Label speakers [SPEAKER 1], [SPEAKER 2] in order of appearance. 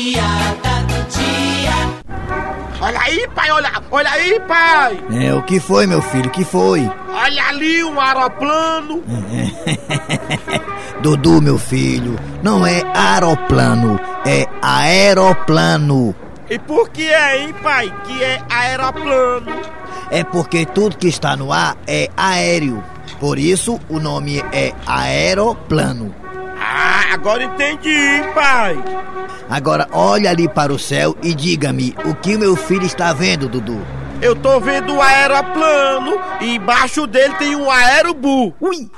[SPEAKER 1] piada do dia.
[SPEAKER 2] Olha aí, pai, olha, olha aí, pai!
[SPEAKER 3] É, o que foi, meu filho? O que foi?
[SPEAKER 2] Olha ali um aeroplano!
[SPEAKER 3] Dudu, meu filho, não é aeroplano, é aeroplano.
[SPEAKER 2] E por que é, hein, pai, que é aeroplano?
[SPEAKER 3] É porque tudo que está no ar é aéreo. Por isso o nome é aeroplano.
[SPEAKER 2] Ah, agora entendi, hein, pai!
[SPEAKER 3] Agora olha ali para o céu e diga-me o que meu filho está vendo, Dudu.
[SPEAKER 2] Eu tô vendo o aeroplano e embaixo dele tem um aerobu.
[SPEAKER 3] Ui!